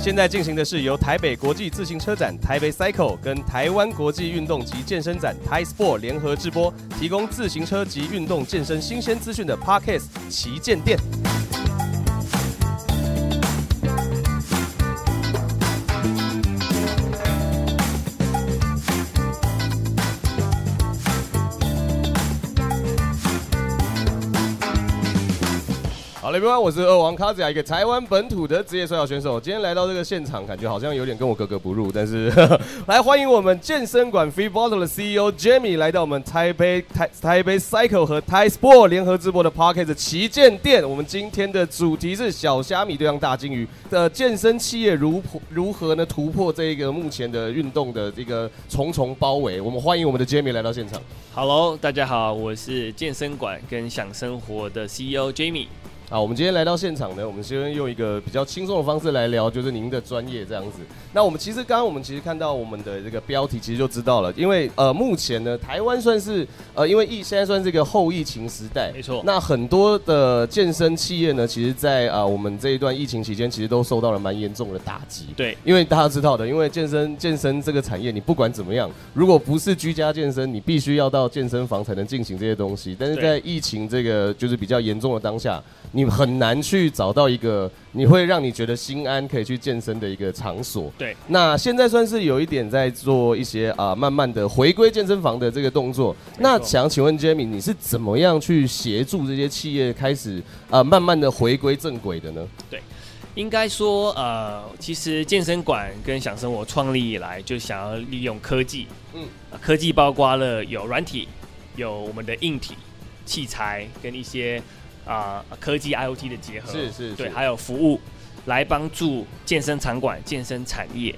现在进行的是由台北国际自行车展台北 Cycle 跟台湾国际运动及健身展 Thai Sport 联合直播，提供自行车及运动健身新鲜资讯的 Parkes 旗舰店。好了，各位，我是二王卡子雅，一个台湾本土的职业摔跤选手。今天来到这个现场，感觉好像有点跟我格格不入，但是 来欢迎我们健身馆 Free Bottle 的 CEO Jamie 来到我们台北台台北 Cycle 和 Thai Sport 联合直播的 Parkes 旗舰店。我们今天的主题是小虾米对上大金鱼的健身企业如何如何呢突破这个目前的运动的这个重重包围。我们欢迎我们的 Jamie 来到现场。 Hello，大家好，我是健身馆跟享生活的 CEO Jamie。好，我们今天来到现场呢，我们先用一个比较轻松的方式来聊，就是您的专业这样子。那我们其实刚刚我们其实看到我们的这个标题，其实就知道了，因为呃，目前呢，台湾算是呃，因为疫现在算是一个后疫情时代，没错那很多的健身企业呢，其实在啊、呃我们这一段疫情期间，其实都受到了蛮严重的打击。对，因为大家知道的，因为健身健身这个产业，你不管怎么样，如果不是居家健身，你必须要到健身房才能进行这些东西。但是对在疫情这个就是比较严重的当下，你很难去找到一个你会让你觉得心安可以去健身的一个场所。对，那现在算是有一点在做一些啊、慢慢的回归健身房的这个动作。没错那想请问 Jamie，你是怎么样去协助这些企业开始啊、慢慢的回归正轨的呢？应该说，呃，其实健身馆跟享生活创立以来，就想要利用科技，嗯嗯，科技包括了有软体，有我们的硬体器材跟一些啊、科技 IOT 的结合，是是对，是还有服务来帮助健身场馆、健身产业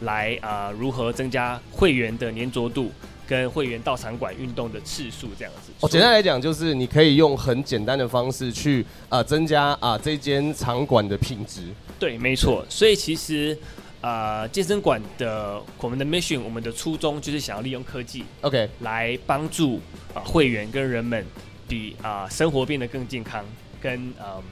来啊、呃如何增加会员的粘着度跟会员到场馆运动的次数这样子。哦，简单来讲就是你可以用很简单的方式去啊、增加啊、这间场馆的品质。对，没错。所以其实，呃，健身馆的我们的 mission，我们的初衷就是想要利用科技 OK，来帮助啊、呃会员跟人们比啊、呃生活变得更健康，跟嗯、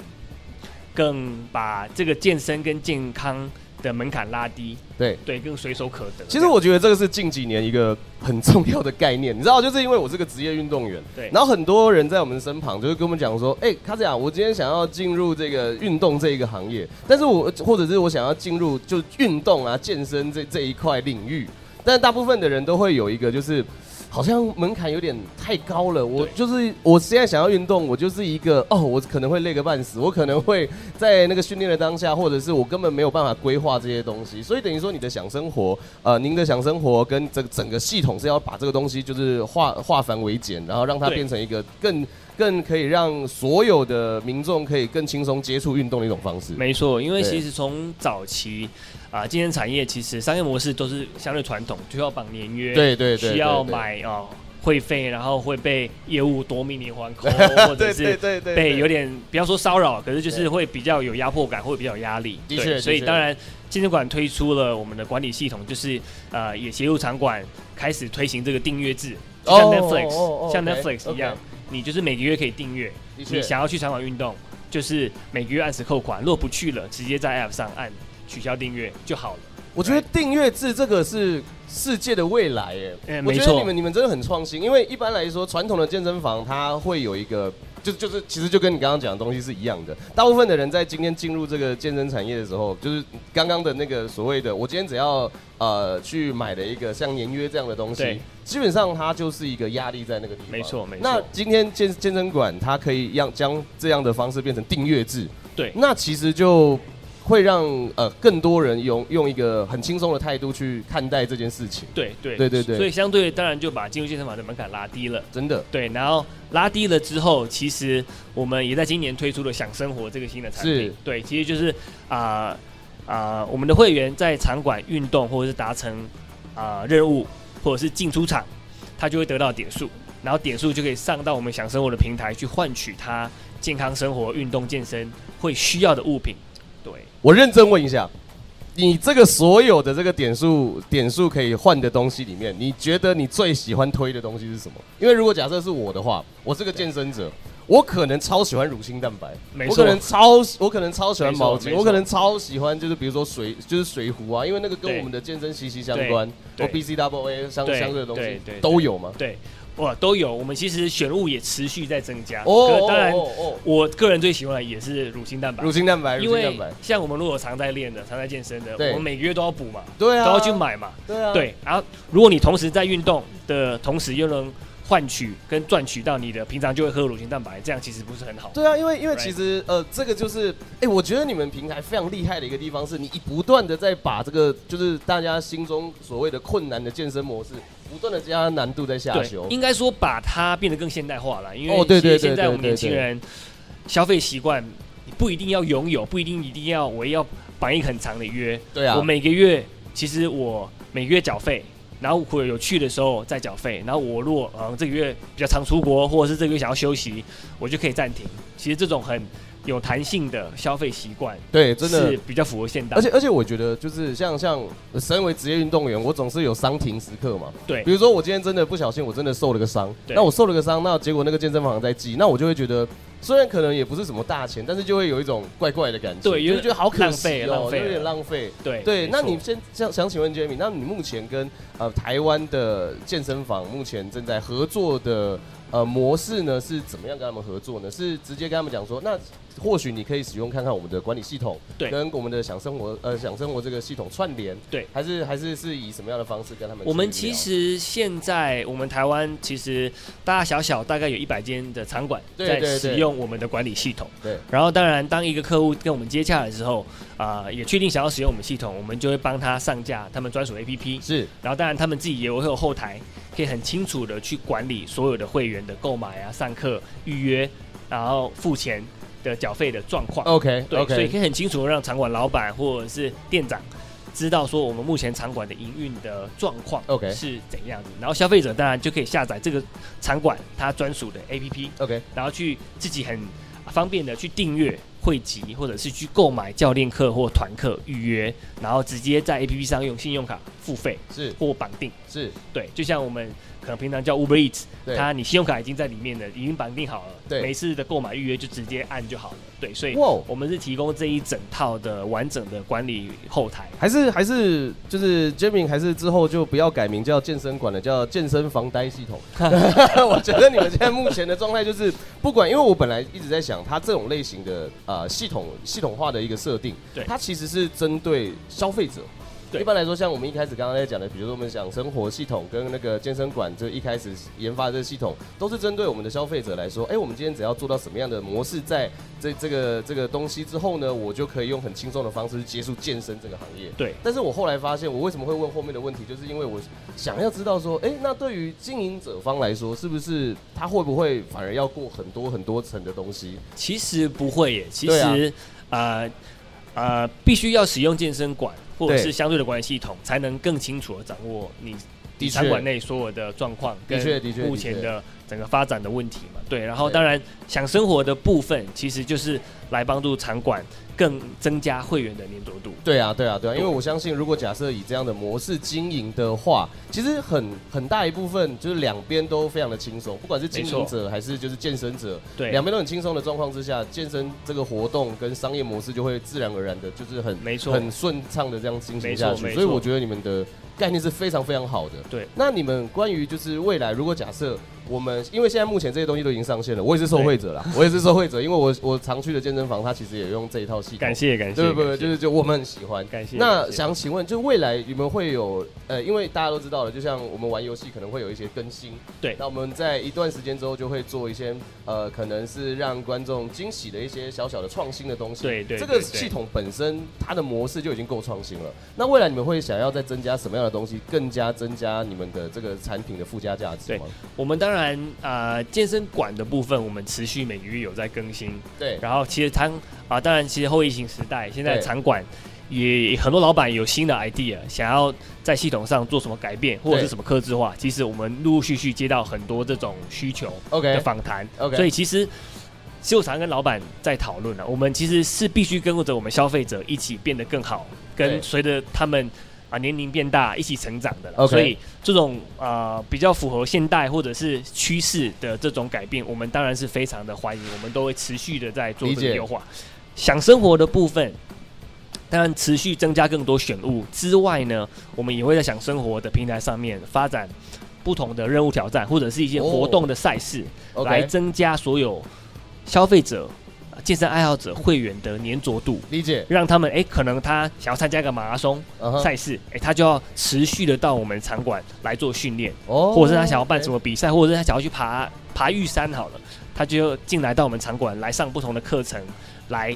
更把这个健身跟健康的门槛拉低，对。对，更随手可得。其实我觉得这个是近几年一个很重要的概念，你知道，就是因为我是个职业运动员，对然后很多人在我们身旁就是跟我们讲说，哎、卡子雅，我今天想要进入这个运动这一个行业，但是我或者是我想要进入就运动啊、健身这这一块领域，但大部分的人都会有一个就是。好像门槛有点太高了，我对就是我现在想要运动，我就是一个哦，我可能会累个半死，我可能会在那个训练的当下，或者是我根本没有办法规划这些东西，所以等于说你的想生活，呃，您的想生活跟这个整个系统是要把这个东西就是化化繁为简，然后让它对变成一个更更可以让所有的民众可以更轻松接触运动的一种方式。没错，因为对其实从早期啊、健身产业其实商业模式都是相对传统，就要绑年约，对对对，需要对，买哦会费，然后会被业务多命连环 扣，或对对对者是对对，被有点点不要说骚扰，可是就对是会比较有压迫感，会比较有压力。的对确的所以确当然健身馆推出了我们的管理系统，就是呃也协助场馆开始推行这个订阅制，就像哦 Netflix、哦哦像 OK， Netflix 一样 OK 你就是每个月可以订阅，的确你想要去场馆运动，就是每个月按时扣款，如果不去了，直接在 App 上按取消订阅就好了。我觉得订阅制这个是世界的未来耶。嗯我觉没得错你们你们真的很创新，因为一般来说传统的健身房它会有一个。就就是其实就跟你刚刚讲的东西是一样的。大部分的人在今天进入这个健身产业的时候，就是刚刚的那个所谓的，我今天只要呃去买了一个像年约这样的东西对，基本上它就是一个压力在那个地方。没错没错那今天健健身馆它可以让将这样的方式变成订阅制，对，那其实就会让呃更多人用用一个很轻松的态度去看待这件事情，对对对对对所以相对当然就把进入健身房的门槛拉低了。真的对，然后拉低了之后，其实我们也在今年推出了“享生活”这个新的产是品。对，其实就是啊啊、我们的会员在场馆运动或者是达成啊、任务，或者是进出场，他就会得到点数，然后点数就可以上到我们“享生活”的平台去换取他健康生活、运动健身会需要的物品。对，我认真问一下，你这个所有的这个点数点数可以换的东西里 面，你觉得你最喜欢推的东西是什么？因为如果假设是我的话，我是个健身者，我可能超喜欢乳清蛋白，没我错可能超喜我可能超喜欢没毛错巾，没我可错能超喜欢就是比如说水就是水壶啊，因为那个跟对我们的健身息息相关，对我对 B C W A 相对相对的东西对对对都有嘛。对，哇，都有。我们其实选物也持续在增加。哦可当然，哦哦我个人最喜欢的也是乳清蛋白哦，乳，清蛋白，因乳清为蛋白，像我们如果常在练的、常在健身的，对我们每个月都要补嘛，对都啊，要去，买嘛。对啊，对，然后如果你同时在运动的同时又能换取跟赚取到你的平常就会喝乳清蛋白，这样其实不是很好。对啊，因为因为 Right 其实呃，这个就是，哎、我觉得你们平台非常厉害的一个地方是，你一不断的在把这个就是大家心中所谓的困难的健身模式，不断的加难度在下对修，。应该说把它变得更现代化了，因啊哦为对其对对实现在我们对对年轻人消费习惯你不一定要拥有，不一定一定要我要绑一个很长的约，对啊我，每个月其实我每个月缴费，然后或者有去的时候再缴费，然后我如果呃这个月比较常出国，或者是这个月想要休息，我就可以暂停。其实这种很有弹性的消费习惯对，真的是。比较符合现代，而且而且，我觉得就是像像呃身为职业运动员，我总是有伤停时刻嘛。对比如说我今天真的不小心，我真的受了个伤，对那我受了个伤，那结果那个健身房在记，那我就会觉得，虽然可能也不是什么大钱，但是就会有一种怪怪的感觉，对就有是觉得好可浪惜费哦、浪费有了点浪费。对对，没那错你嗯先想想请问 Jamie，那你目前跟呃台湾的健身房目前正在合作的呃模式呢是怎么样跟他们合作呢？是直接跟他们讲说，那或许你可以使用看看我们的管理系统，对跟我们的享生活呃享生活这个系统串联，对，还是还是是以什么样的方式跟他们去聊？我们其实现在，我们台湾其实大大小小大概有一百间的场馆对在对对使用我们的管理系统。对然后，当然，当一个客户跟我们接洽的时候，啊、也确定想要使用我们系统，我们就会帮他上架他们专属 APP。是然后，当然他们自己也会有后台，可以很清楚的去管理所有的会员的购买啊、上课、预约，然后付钱的缴费的状况。 OK 对所以哦 OK 可以很清楚地让场馆老板或者是店长知道说我们目前场馆的营运的状况 OK 是怎样的，然后消费者当然就可以下载这个场馆它专属的 APP， OK 然后去自己很方便的去订阅。汇集或者是去购买教练课或团课预约，然后直接在 APP 上用信用卡付费是或绑定。是对，就像我们可能平常叫 Uber Eats，嗯对它你信用卡已经在里面了，已经绑定好了，对每次的购买预约就直接按就好了。对，所以哇哦。我们是提供这一整套的完整的管理后台。还是还是就是 Jamie，还是之后就不要改名叫健身馆了，叫健身房呆系统。 我觉得你们现在目前的状态就是，不管，因为我本来一直在想，它这种类型的呃系统系统化的一个设定，对它其实是针对消费者。对一般来说，像我们一开始刚刚在讲的，比如说我们讲生活系统跟那个健身馆，就一开始研发的这个系统，都是针对我们的消费者来说，哎、我们今天只要做到什么样的模式，在这这个这个东西之后呢，我就可以用很轻松的方式去接触健身这个行业。对但是我后来发现，我为什么会问后面的问题，就是因为我想要知道说，哎、那对于经营者方来说，是不是他会不会反而要过很多很多层的东西？其实不会耶，其对啊实呃呃，必须要使用健身馆或者对是相对的管理系统，才能更清楚的掌握你的你确场馆内所有的状况的跟确的确目前的确的整个发展的问题嘛。对，然后对当然想生活的部分，其实就是来帮助场馆更增加会员的粘着度。对啊，对啊，对啊，因为对我相信，如果假设以这样的模式经营的话，其实很很大一部分就是两边都非常的轻松，不管是经没营错者还是就是健身者，对，两边都很轻松的状况之下，健身这个活动跟商业模式就会自然而然的，就是很没错很顺畅的这样进行下没错去。没错所以我觉得你们的概念是非常非常好的。对，那你们关于就是未来，如果假设我们因为现在目前这些东西都已经上线了，我也是受惠者啦，我也是受惠者，因为我我常去的健身房，它其实也用这一套系统。感谢感谢，对不感对？谢就是就我们很喜欢。感谢那感谢想请问，就未来你们会有呃，因为大家都知道了，就像我们玩游戏可能会有一些更新，对那我们在一段时间之后就会做一些呃，可能是让观众惊喜的一些小小的创新的东西。对对这个对对系统本身它的模式就已经够创新了。那未来你们会想要再增加什么样的东西，更加增加你们的这个产品的附加价值吗？我们当然呃健身馆的部分，我们持续每个月有在更新。对然后其实它啊，当然其实后疫情时代，现在对场馆也很多老板有新的 idea，想要在系统上做什么改变或者对是什么克制化。其实我们陆陆续续接到很多这种需求的，OK 访谈 OK，所以其实。其实我常跟老板在讨啊论了、我们其实是必须跟着我们消费者一起变得更好，对跟随着他们啊年龄变大一起成长的啦 OK 所以这种啊比较符合现代或者是趋势的这种改变，我们当然是非常的欢迎，我们都会持续的在做理这个解优化。想生活的部分，当然持续增加更多选物之外呢，我们也会在想生活的平台上面发展不同的任务挑战，或者是一哦些活动的赛事。来 OK，增加所有消费者、呃健身爱好者会员的粘着度，理解。让他们诶可能他想要参加一个马拉松嗯哼赛事，诶他就要持续的到我们场馆来做训练，哦或者是他想要办什么？么比赛，或者是他想要去爬爬玉山好了，他就进来到我们场馆来上不同的课程，来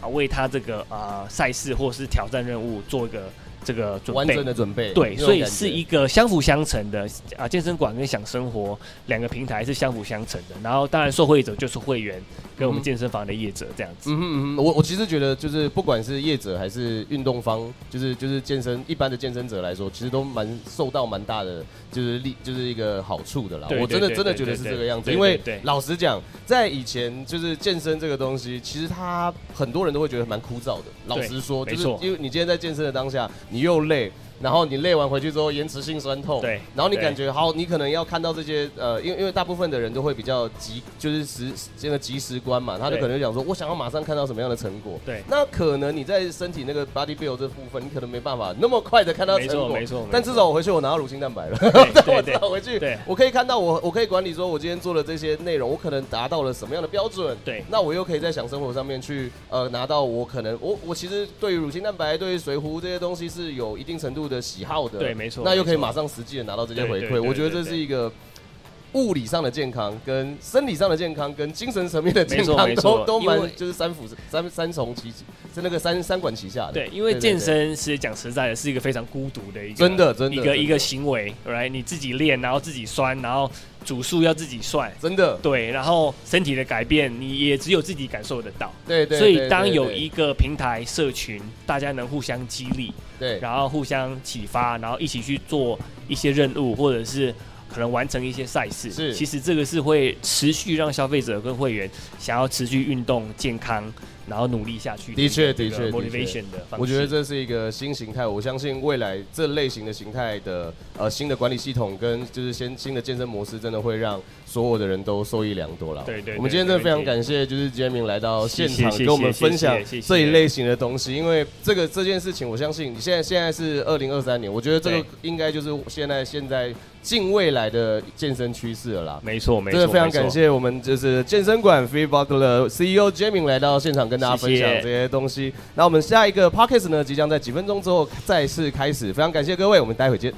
啊为他这个啊赛事或是挑战任务做一个这个准完备整。的准备，对，那种所以感觉是一个相辅相成的啊，健身馆跟享生活两个平台是相辅相成的。然后当然受惠者就是会员跟我嗯们健身房的业者这样子。嗯哼嗯哼，我我其实觉得就是不管是业者还是运动方，就是就是健身一般的健身者来说，其实都蛮受到蛮大的就是利就是一个好处的啦。对我真的对对真的觉得对是对这个样子，对因为对对老实讲，在以前就是健身这个东西，其实它很多人都会觉得蛮枯燥的。老实说，没就是错因为你今天在健身的当下，你又累。然后你累完回去之后，延迟性酸痛，对然后你对感觉好，你可能要看到这些呃，因为因为大部分的人都会比较急，就是时这个及时观嘛，他就对可能。就讲说，我想要马上看到什么样的成果。对那可能你在身体那个 body build 这部分，你可能没办法那么快的看到成没果，错没错没错但至少我回去我拿到乳清蛋白了， 对我对至对少回去对我可以看到我我可以管理说，我今天做的这些内容，我可能达到了什么样的标准。对那我又可以在享生活上面去呃拿到我可能我我其实对于乳清蛋白、对于水壶这些东西是有一定程度的喜好的。对没错那又可以没错马上实际的拿到这些对回对馈，对我觉得这对是对一个。物理上的健康、跟生理上的健康、跟精神层面的健没错康，没都错都因为蛮就是三辅三三重旗是那个三三管齐下的。对，因为对健身其实讲实在的是一个非常孤独的一个真的真的一真的个一个行为，right？你自己练，然后自己酸，然后组数要自己算，真的对，然后身体的改变你也只有自己感受得到。对对。所以对当对有对一个平台社群，大家能互相激励，对然后互相启发，然后一起去做一些任务，或者是可能完成一些赛事。是其实这个是会持续让消费者跟会员想要持续运动、健康，然后努力下去。的确这个的确的确 motivation 的方式。我觉得这是一个新形态，我相信未来这类型的形态的呃新的管理系统跟就是先新的健身模式，真的会让所有的人都受益良多了。对对对我们今天真的非常没问题感谢就是 Jamin 来到现谢场谢谢谢跟我们分享谢谢谢谢这一类型的东西，因为这个这件事情，我相信你现在现在是二零二三年，我觉得这个对应该就是现在现在近未来的健身趋势了啦。没错，没错，真的非常感没错。谢我们就是健身馆 Free Bottler CEO Jamin 来到现场跟大家分享谢谢这些东西。那我们下一个 Podcast 呢，即将在几分钟之后再次开始，非常感谢各位，我们待会见。